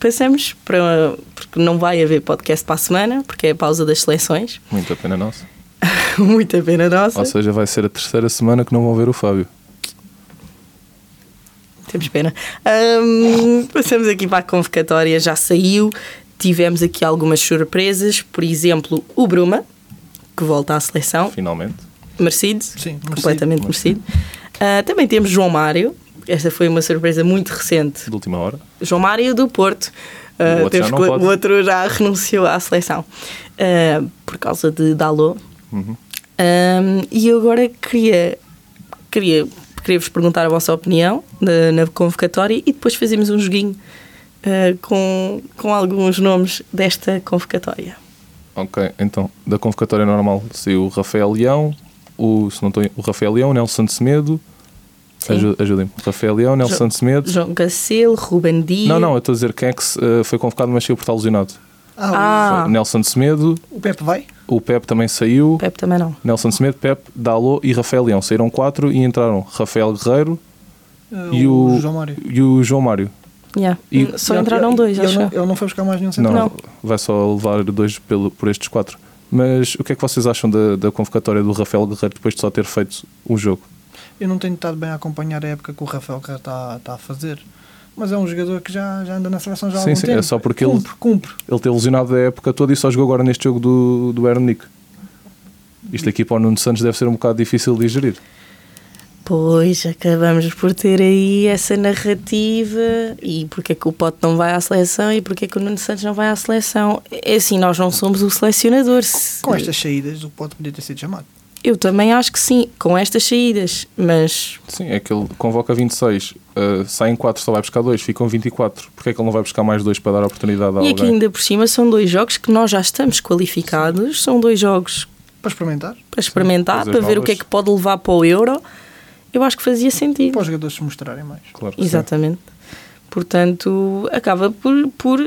Speaker 2: Passamos para. Porque não vai haver podcast para a semana, porque é a pausa das seleções. (laughs)
Speaker 3: Muita pena nossa.
Speaker 2: Muita pena nossa.
Speaker 3: Ou seja, vai ser a terceira semana que não vão ver o Fábio.
Speaker 2: Temos pena. Ahm, passamos aqui para a convocatória, já saiu. Tivemos aqui algumas surpresas, por exemplo, o Bruma, que volta à seleção,
Speaker 3: Finalmente.
Speaker 2: merecido,
Speaker 4: Sim, merecido.
Speaker 2: completamente merecido. Ah, também temos João Mário, esta foi uma surpresa muito recente.
Speaker 3: De última hora.
Speaker 2: João Mário do Porto. Ah,
Speaker 3: O outro
Speaker 2: temos
Speaker 3: já não
Speaker 2: que-
Speaker 3: pode.
Speaker 2: o outro já (laughs) renunciou à seleção ah, por causa de Dalot.
Speaker 3: Uhum.
Speaker 2: Um, e eu agora queria, queria, queria vos perguntar a vossa opinião na, na convocatória e depois fazemos um joguinho uh, com, com alguns nomes desta convocatória.
Speaker 3: Ok, então, da convocatória normal saiu o Rafael Leão, o, se não estou, em- o Rafael Leão, Nelson de Semedo.
Speaker 2: Sim.
Speaker 3: Aju- Ajudem-me. Rafael Leão, Nelson de Semedo.
Speaker 2: João Gacelo, Ruben Dias.
Speaker 3: Não, não, eu estou a dizer quem é que se, eh, foi convocado, mas saiu por estar lesionado.
Speaker 2: Ah.
Speaker 4: Ah,
Speaker 3: Foi Nelson de Semedo,
Speaker 4: O, o Pepe vai?
Speaker 3: o Pepe também saiu.
Speaker 2: Pepe também não.
Speaker 3: Nelson de Semedo, Pepe, Dalô e Rafael Leão. Saíram quatro e entraram Rafael Guerreiro
Speaker 4: Eh,
Speaker 3: e, o,
Speaker 4: João Mário.
Speaker 3: e o João Mário.
Speaker 2: Yeah. Hum,
Speaker 3: E-
Speaker 2: Só
Speaker 4: Ele-
Speaker 2: entraram
Speaker 4: ele-
Speaker 2: dois,
Speaker 4: ele
Speaker 2: acho
Speaker 4: não,
Speaker 2: eu.
Speaker 4: ele não foi buscar mais nenhum
Speaker 3: Não,
Speaker 4: centro.
Speaker 2: Não.
Speaker 3: vai só levar dois pelo, por estes quatro. Mas o que é que vocês acham da, da convocatória do Rafael Guerreiro depois de só ter feito um jogo?
Speaker 4: Eu não tenho estado bem a acompanhar a época que o Rafael Carrera está, está a fazer. Mas é um jogador que já, já anda na seleção já há
Speaker 3: Sim,
Speaker 4: algum
Speaker 3: sim, é
Speaker 4: tempo.
Speaker 3: só porque ele-
Speaker 4: cumpre, Cumpre.
Speaker 3: Ele teve lesionado a época toda e só jogou agora neste jogo do, do Hernic. Isto aqui para o Nuno Santos deve ser um bocado difícil de digerir.
Speaker 2: Pois, acabamos por ter aí essa narrativa e porque é que o Pote não vai à seleção e porque é que o Nuno Santos não vai à seleção. É assim, nós não somos o selecionador. se-
Speaker 4: Com estas saídas, o Pote podia ter sido chamado.
Speaker 2: Eu também acho que sim, com estas saídas, mas
Speaker 3: Sim, é que ele convoca 26, uh, saem 4, só vai buscar 2, ficam 24. Porquê é que ele não vai buscar mais 2 para dar a oportunidade a
Speaker 2: e aqui
Speaker 3: alguém?
Speaker 2: ainda por cima são dois jogos que nós já estamos qualificados, são dois jogos
Speaker 4: Para experimentar.
Speaker 2: para experimentar,
Speaker 3: coisas
Speaker 2: para ver o
Speaker 3: novas.
Speaker 2: que é que pode levar para o Euro. Eu acho que fazia sentido.
Speaker 4: Para os jogadores se mostrarem mais.
Speaker 3: Claro que sim.
Speaker 2: Exatamente. Portanto, acaba por, por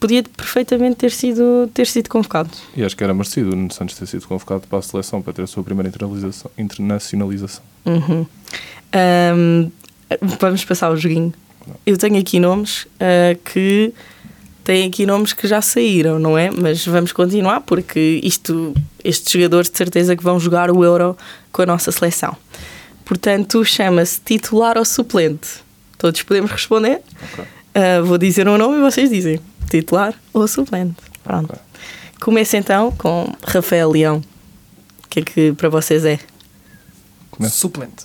Speaker 2: podia perfeitamente ter sido ter sido convocado.
Speaker 3: E acho que era merecido o Nuno Santos ter sido convocado para a seleção para ter a sua primeira internalização- internacionalização.
Speaker 2: Ahm, vamos passar o joguinho. Eu tenho aqui nomes ah, que têm aqui nomes que já saíram, não é? Mas vamos continuar porque isto, estes jogadores de certeza que vão jogar o Euro com a nossa seleção. Portanto, chama-se titular ou suplente. Todos podemos responder. Ah, vou dizer um nome e vocês dizem titular ou suplente. Pronto.
Speaker 3: Ok.
Speaker 2: Começa então com Rafael Leão. O que é que para vocês é?
Speaker 3: Começa.
Speaker 4: Suplente.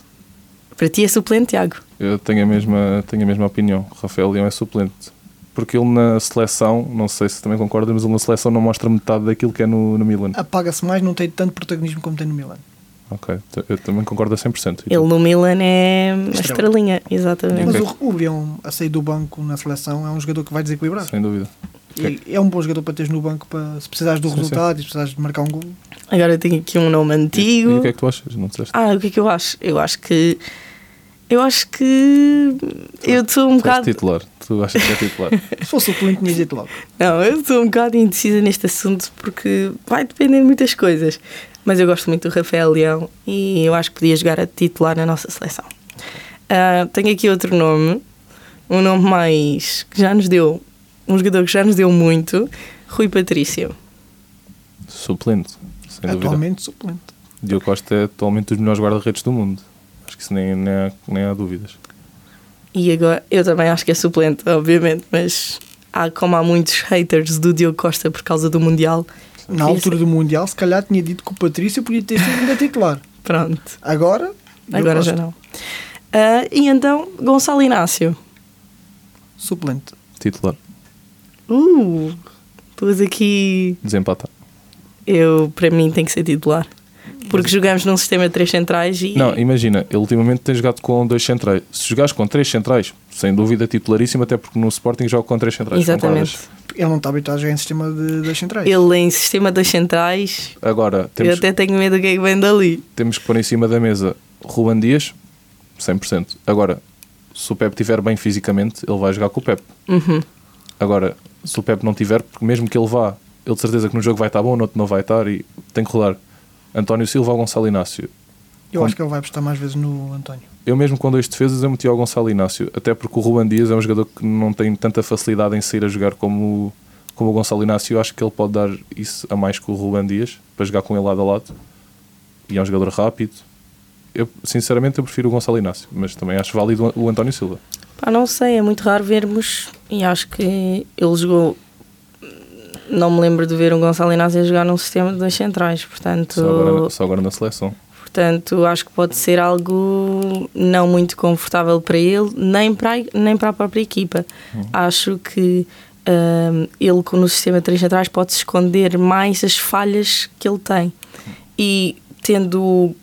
Speaker 2: Para ti é suplente, Tiago?
Speaker 3: Eu tenho a mesma, tenho a mesma opinião. Rafael Leão é suplente. Porque ele na seleção, não sei se também concorda, mas ele na seleção não mostra metade daquilo que é no, no Milan.
Speaker 4: Apaga-se mais, não tem tanto protagonismo como tem no Milan.
Speaker 3: Ok, t- eu também concordo a 100%. E
Speaker 2: Ele no Milan é uma
Speaker 4: Estrela.
Speaker 2: estrelinha, exatamente.
Speaker 4: Mas
Speaker 3: Ok.
Speaker 4: o, o Leão, a sair do banco na seleção, é um jogador que vai
Speaker 3: tu?
Speaker 4: desequilibrar.
Speaker 3: Sem dúvida.
Speaker 4: E é um bom jogador para teres no banco para, se precisares do
Speaker 3: Sim, sim.
Speaker 4: resultado e se precisares de marcar um gol.
Speaker 2: Agora eu tenho aqui um nome
Speaker 3: E
Speaker 2: antigo.
Speaker 3: o que é que tu achas? Não disseste?
Speaker 2: Ah, o que é que eu acho? Eu acho que. Eu acho que. Eu estou um
Speaker 3: tu és
Speaker 2: bocado.
Speaker 3: titular. Tu achas que
Speaker 2: (laughs)
Speaker 3: é titular.
Speaker 4: Se fosse suplente, tinhas dito logo.
Speaker 2: Não, eu estou um bocado indecisa neste assunto porque vai depender de muitas coisas. Mas eu gosto muito do Rafael Leão e eu acho que podia jogar a titular na nossa seleção. Ah, tenho aqui outro nome, um nome mais. que já nos deu. um jogador que já nos deu muito, Rui Patrício.
Speaker 3: suplente. Sem dúvida.
Speaker 4: Atualmente, suplente.
Speaker 3: Diogo Costa é atualmente um dos melhores guarda-redes do mundo. Acho que isso nem, nem, há, nem há dúvidas.
Speaker 2: E agora, eu também acho que é suplente, obviamente, mas há, como há muitos haters do Diogo Costa por causa do Mundial,
Speaker 4: Na
Speaker 2: Sim,
Speaker 4: altura do Mundial, se calhar tinha dito que o Patrício podia ter sido ainda titular.
Speaker 2: pronto,
Speaker 4: Agora, eu
Speaker 2: agora já
Speaker 4: gosto.
Speaker 2: não. Ah, e então, Gonçalo Inácio.
Speaker 4: Suplente.
Speaker 3: Titular.
Speaker 2: Uh, duas aqui.
Speaker 3: Desempata.
Speaker 2: Eu, para mim, tem que ser titular. Porque jogamos num sistema de três centrais e.
Speaker 3: Não, imagina, ele ultimamente tem jogado com dois centrais. Se jogares com três centrais, sem dúvida titularíssimo, até porque no Sporting joga com três centrais.
Speaker 2: Exatamente.
Speaker 3: concordas?
Speaker 4: Ele não está habituado a jogar em sistema de, das centrais.
Speaker 2: Ele em sistema das centrais,
Speaker 3: Agora,
Speaker 2: eu
Speaker 3: temos,
Speaker 2: até tenho medo do que é que vem dali.
Speaker 3: temos que pôr em cima da mesa Ruban Dias, 100%. Agora, se o Pep estiver bem fisicamente, ele vai jogar com o Pep.
Speaker 2: Uhum.
Speaker 3: Agora, se o Pep não tiver, porque mesmo que ele vá, ele de certeza que no jogo vai estar bom, no outro não vai estar e tem que rolar. António Silva ou Gonçalo Inácio.
Speaker 4: Eu
Speaker 3: Com-
Speaker 4: acho que ele vai apostar mais vezes no António.
Speaker 3: Eu mesmo com dois defesas eu meti ao Gonçalo Inácio, até porque o Ruben Dias é um jogador que não tem tanta facilidade em sair a jogar como, o- como o Gonçalo Inácio. Eu acho que ele pode dar isso a mais que o Ruben Dias para jogar com ele lado a lado. E é um jogador rápido. Eu, sinceramente, eu prefiro o Gonçalo Inácio, mas também acho válido o António Silva.
Speaker 2: Pá, não sei, é muito raro vermos e acho que ele jogou. Não me lembro de ver um Gonçalo Inácio jogar num sistema de dois centrais, portanto,
Speaker 3: Só agora, só agora na seleção.
Speaker 2: portanto acho que pode ser algo não muito confortável para ele, nem para, a- nem para a própria equipa.
Speaker 3: Hum.
Speaker 2: Acho que hum, ele com- no sistema de três centrais pode esconder mais as falhas que ele tem. E tendo o,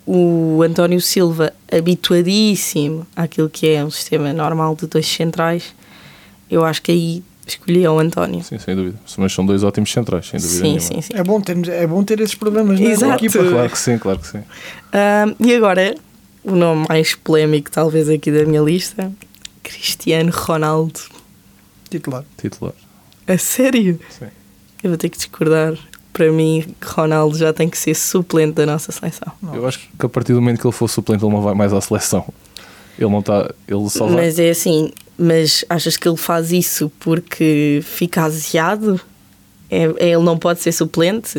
Speaker 2: o António Silva habituadíssimo àquilo que é um sistema normal de dois centrais, eu acho que aí escolhi o António.
Speaker 3: Sim, sem dúvida. Mas são dois ótimos centrais, sem dúvida
Speaker 2: Sim,
Speaker 3: nenhuma.
Speaker 2: sim, sim.
Speaker 4: É bom, termos, é bom ter esses problemas na- na
Speaker 2: Exato.
Speaker 4: equipa.
Speaker 3: Claro que sim, claro que sim.
Speaker 2: Ahm, e agora, o nome mais polémico, talvez, aqui da minha lista: Cristiano Ronaldo.
Speaker 4: Titular.
Speaker 3: Titular.
Speaker 2: A sério?
Speaker 3: Sim.
Speaker 2: Eu vou ter que discordar. Para mim, Ronaldo já tem que ser suplente da nossa seleção.
Speaker 4: Não.
Speaker 3: Eu acho que a partir do momento que ele for suplente, ele não vai mais à seleção. Ele não está. Ele só vai.
Speaker 2: Mas é assim, mas achas que ele faz isso porque fica aziado? É, é- ele não pode ser suplente?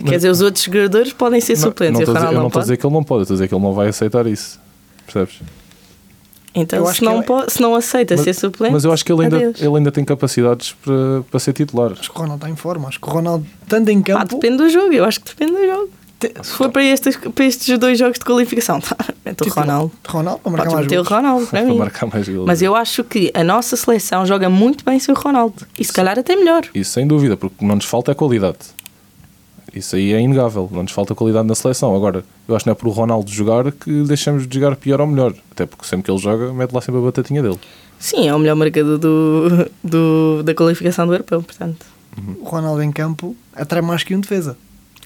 Speaker 3: Mas-
Speaker 2: Quer dizer, os outros jogadores podem ser suplentes,
Speaker 3: não,
Speaker 2: É e o
Speaker 3: estou a dizer-
Speaker 2: Ronaldo
Speaker 3: eu não
Speaker 2: não
Speaker 3: estou a
Speaker 2: pode.
Speaker 3: dizer que ele não pode, eu estou a dizer que ele não vai aceitar isso. Percebes?
Speaker 2: Então,
Speaker 4: Eu
Speaker 2: se
Speaker 4: acho que
Speaker 2: não,
Speaker 4: ele-
Speaker 2: po- se não aceita ser suplente,
Speaker 3: é- mas eu acho que ele ainda,
Speaker 2: adeus.
Speaker 3: ele ainda tem capacidades para, para ser titular.
Speaker 4: Acho que o Ronaldo está em forma. Acho que o Ronaldo, tanto em
Speaker 2: Pá,
Speaker 4: campo,
Speaker 2: depende do jogo, eu acho que depende do jogo.
Speaker 4: te-
Speaker 2: Se for para estes, para estes dois jogos de qualificação, (laughs) tá, mete o
Speaker 4: titular.
Speaker 2: Ronaldo.
Speaker 4: Ronaldo, para marcar
Speaker 2: Podes
Speaker 4: mais
Speaker 2: meter o
Speaker 4: gols.
Speaker 2: (laughs) Ronaldo para
Speaker 3: para
Speaker 2: mim.
Speaker 3: marcar mais gols.
Speaker 2: Mas eu acho que a nossa seleção joga muito bem sem o Ronaldo. E se calhar até melhor.
Speaker 3: Isso sem dúvida, porque não nos falta a qualidade. Isso aí é inegável, não nos falta qualidade na seleção. Agora, eu acho que não é por o Ronaldo jogar que deixamos de jogar pior ou melhor. Até porque sempre que ele joga, mete lá sempre a batatinha dele.
Speaker 2: Sim, é o melhor marcador do, do- da qualificação do europeu, portanto.
Speaker 4: O Ronaldo em campo atrai mais que um defesa.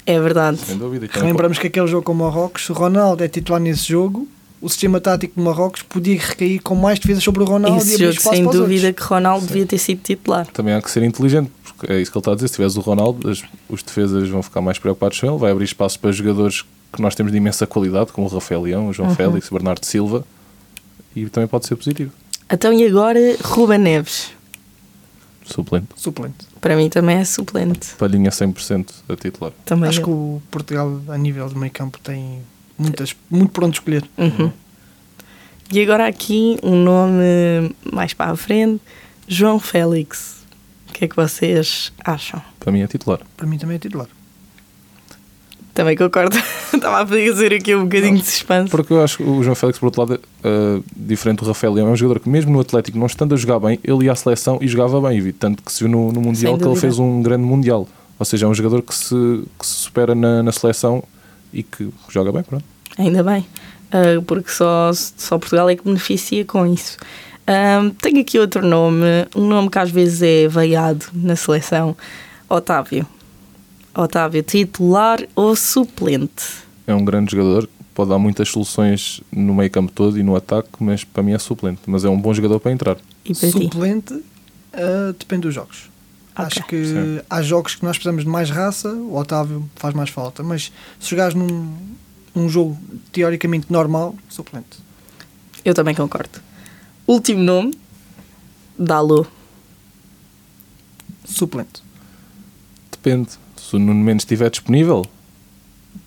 Speaker 2: É verdade.
Speaker 3: Sem dúvida. E também
Speaker 4: Lembramos que aquele jogo com o Marrocos, se o Ronaldo é titular nesse jogo, o sistema tático do Marrocos podia recair com mais defesas sobre o Ronaldo e
Speaker 2: Esse
Speaker 4: abrir
Speaker 2: jogo,
Speaker 4: espaço
Speaker 2: sem
Speaker 4: para os
Speaker 2: dúvida,
Speaker 4: outros.
Speaker 2: que Ronaldo devia ter sido titular.
Speaker 3: também há que ser inteligente, porque é isso que ele está a dizer. Se tiveres o Ronaldo, as- os defesas vão ficar mais preocupados com ele, vai abrir espaço para jogadores que nós temos de imensa qualidade, como o Rafael Leão, o João Félix, o Bernardo Silva, e também pode ser positivo.
Speaker 2: Então e agora Ruba Neves?
Speaker 3: Suplente.
Speaker 4: Suplente.
Speaker 2: Para mim também é suplente.
Speaker 3: Palhinha 100% a titular.
Speaker 2: Também é
Speaker 4: Acho
Speaker 2: eu.
Speaker 4: que o Portugal, a nível de meio campo, tem muitas, muito por onde escolher.
Speaker 2: Uhum. E agora aqui um nome mais para a frente, João Félix. O que é que vocês acham?
Speaker 3: Para mim é titular.
Speaker 4: Para mim também é titular.
Speaker 2: Também concordo. (laughs) Estava a fazer aqui um bocadinho de suspense.
Speaker 3: Porque eu acho que o João Félix, por outro lado, eh, diferente do Rafael Leão, é um jogador que, mesmo no Atlético, não estando a jogar bem, ele ia à seleção e jogava bem. E tanto que se viu no, no Mundial que ele
Speaker 2: dúvida.
Speaker 3: fez um grande Mundial. Ou seja, é um jogador que se, que se supera na, na seleção e que joga bem, pronto.
Speaker 2: Ainda bem, ah, porque só, só Portugal é que beneficia com isso. Ahm, tenho aqui outro nome, um nome que às vezes é veiado na seleção: Otávio. Otávio, titular ou suplente?
Speaker 3: é um grande jogador, pode dar muitas soluções no meio campo todo e no ataque, mas para mim é suplente. Mas é um bom jogador para entrar.
Speaker 2: E para ti?
Speaker 4: Suplente, ah, depende dos jogos.
Speaker 2: Ok.
Speaker 4: Acho que
Speaker 3: Sim.
Speaker 4: há jogos que nós precisamos de mais raça, o Otávio faz mais falta, mas se jogares num um jogo teoricamente normal, suplente.
Speaker 2: Eu também concordo. Último nome: Dalô.
Speaker 4: Suplente.
Speaker 3: Depende. Se o Nuno Mendes estiver disponível,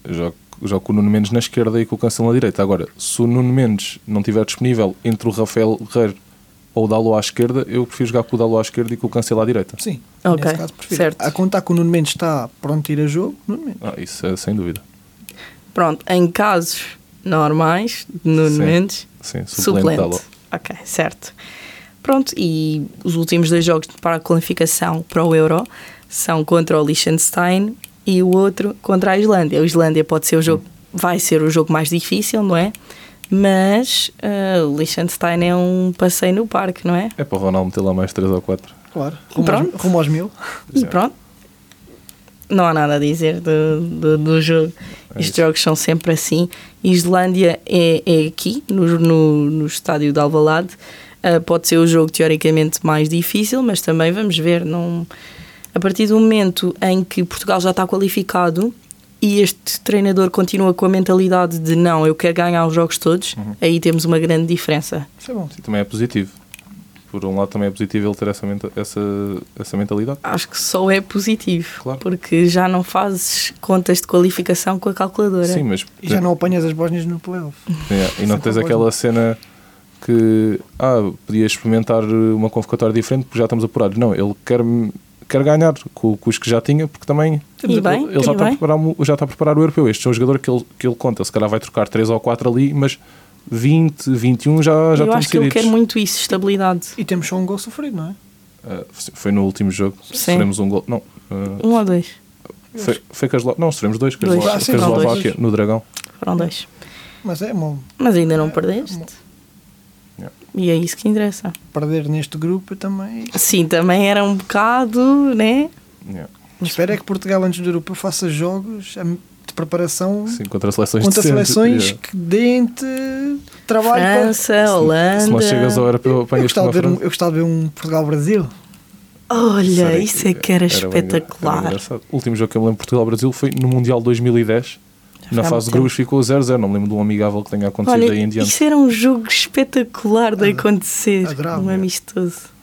Speaker 3: eu jogo, jogo com o Nuno Mendes na esquerda e com o Cancelo na direita. Agora, se o Nuno Mendes não estiver disponível entre o Rafael Guerreiro ou o Dalo à esquerda, eu prefiro jogar com o Dalo à esquerda e com o Cancelo à direita.
Speaker 4: Sim,
Speaker 2: Ok,
Speaker 4: nesse caso prefiro.
Speaker 2: certo.
Speaker 4: A contar que o Nuno Mendes está pronto a ir a jogo, Nuno Mendes.
Speaker 3: Ah, isso é sem dúvida.
Speaker 2: Pronto, em casos normais, de Nuno
Speaker 3: Sim.
Speaker 2: Mendes,
Speaker 3: Sim, suplente,
Speaker 2: suplente.
Speaker 3: Dalo.
Speaker 2: Ok, certo. Pronto, e os últimos dois jogos para a qualificação para o Euro são contra o Liechtenstein e o outro contra a Islândia. A Islândia pode ser o jogo, vai ser o jogo mais difícil, não é? Mas ah, o Liechtenstein é um passeio no parque, não é?
Speaker 3: É para o Ronaldo meter lá mais 3 ou 4.
Speaker 4: Claro. Rumo aos-
Speaker 2: Pronto.
Speaker 4: rumo aos mil. (laughs)
Speaker 2: E pronto. Não há nada a dizer do, do, do jogo. Estes jogos são sempre assim. Islândia é, é aqui, no, no, no estádio de Alvalade. Ah, pode ser o jogo teoricamente mais difícil, mas também vamos ver. Não... A partir do momento em que Portugal já está qualificado e este treinador continua com a mentalidade de não, eu quero ganhar os jogos todos, aí temos uma grande diferença.
Speaker 4: Isso é bom.
Speaker 3: Sim, também é positivo. Por um lado, também é positivo ele ter essa, menta- essa, essa mentalidade.
Speaker 2: Acho que só é positivo,
Speaker 3: Claro.
Speaker 2: porque já não fazes contas de qualificação com a calculadora.
Speaker 3: Sim, mas
Speaker 4: E já não é apanhas as bósnias no playoff.
Speaker 3: Yeah, e não
Speaker 4: Sem
Speaker 3: tens
Speaker 4: favor.
Speaker 3: aquela cena que ah, podia experimentar uma convocatória diferente porque já estamos apurados. Não, ele quer, quer ganhar com, com os que já tinha porque também
Speaker 2: E bem,
Speaker 3: ele
Speaker 2: e
Speaker 3: já está, a
Speaker 2: bem.
Speaker 3: preparar, mu- já está a preparar o europeu. Este é um jogador que ele, que ele conta. Se calhar vai trocar 3 ou 4 ali, mas 20, 21 já, já
Speaker 2: eu
Speaker 3: estão
Speaker 2: acho que ele
Speaker 3: decididos.
Speaker 2: quer muito isso, estabilidade.
Speaker 4: E temos só um gol sofrido, não é?
Speaker 3: Ah, foi no último jogo, sofremos um gol. Não, ah,
Speaker 2: Um ou dois?
Speaker 3: foi, foi com a Eslo- Não, sofremos dois, com a
Speaker 2: Dois.
Speaker 3: Eslo-
Speaker 4: Ah, sim,
Speaker 3: com a
Speaker 4: não, dois.
Speaker 3: Eslováquia, no Dragão.
Speaker 2: Foram dois.
Speaker 4: Mas é bom
Speaker 2: Mas ainda não perdeste.
Speaker 3: Yeah.
Speaker 2: E é isso que interessa.
Speaker 4: perder neste grupo também.
Speaker 2: Sim, também era um bocado, né?
Speaker 3: Yeah.
Speaker 4: Espero é que Portugal, antes do europeu, faça jogos am- de preparação
Speaker 3: Sim, contra seleções
Speaker 4: contra
Speaker 3: decentes.
Speaker 4: seleções
Speaker 3: Yeah.
Speaker 4: que dente trabalho para-
Speaker 2: França, Holanda.
Speaker 3: Se não chegas ao europeu,
Speaker 4: Eu
Speaker 3: apanhas-te
Speaker 4: gostava,
Speaker 3: uma
Speaker 4: de ver um,
Speaker 3: França.
Speaker 4: eu gostava de ver um Portugal-Brasil.
Speaker 2: Olha,
Speaker 3: Sério,
Speaker 2: isso é que era,
Speaker 3: bem engra- era
Speaker 2: espetacular.
Speaker 3: engraçado. o último jogo que eu me lembro de Portugal-Brasil foi no Mundial 2010.
Speaker 2: foi há
Speaker 3: Na fase
Speaker 2: muito
Speaker 3: de grupos ficou 0-0. Não me lembro de um amigável que tenha acontecido
Speaker 2: Olha,
Speaker 3: daí em diante.
Speaker 2: isso era um jogo espetacular de acontecer.
Speaker 4: adorava.
Speaker 2: um amistoso.
Speaker 4: Ah,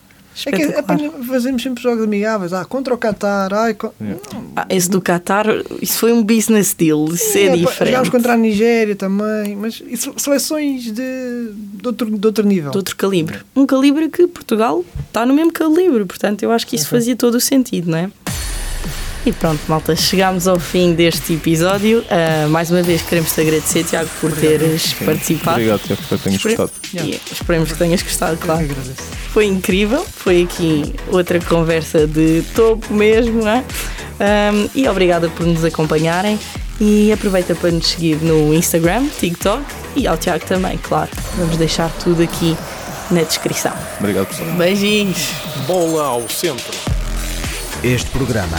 Speaker 4: É que
Speaker 2: Espetacular.
Speaker 4: apenas fazemos sempre jogos amigáveis. Ah, contra o Qatar. Ai, co-
Speaker 3: Yeah.
Speaker 2: Ah, esse do Qatar, isso foi um business deal. Isso é,
Speaker 4: É, pá, Jogámos
Speaker 2: diferente.
Speaker 4: contra a Nigéria também. Mas e se- seleções de, de, outro, de outro nível.
Speaker 2: De outro calibre. Um calibre que Portugal está no mesmo calibre. Portanto, eu acho que isso fazia todo o sentido, não é? E pronto, malta, chegámos ao fim deste episódio. Ah, mais uma vez queremos te agradecer, Tiago, por teres participado.
Speaker 3: Obrigado, Tiago, por tenhas
Speaker 2: Espere-
Speaker 3: gostado.
Speaker 2: Yeah. Esperemos que tenhas gostado,
Speaker 4: Eu que
Speaker 2: claro.
Speaker 4: agradeço.
Speaker 2: Foi incrível, foi aqui outra conversa de topo mesmo, não é? Um, e obrigada por nos acompanharem e aproveita para nos seguir no Instagram, TikTok e ao Tiago também, claro. Vamos deixar tudo aqui na descrição.
Speaker 3: Obrigado, pessoal.
Speaker 2: Beijinhos!
Speaker 1: Bola ao centro.
Speaker 5: Este programa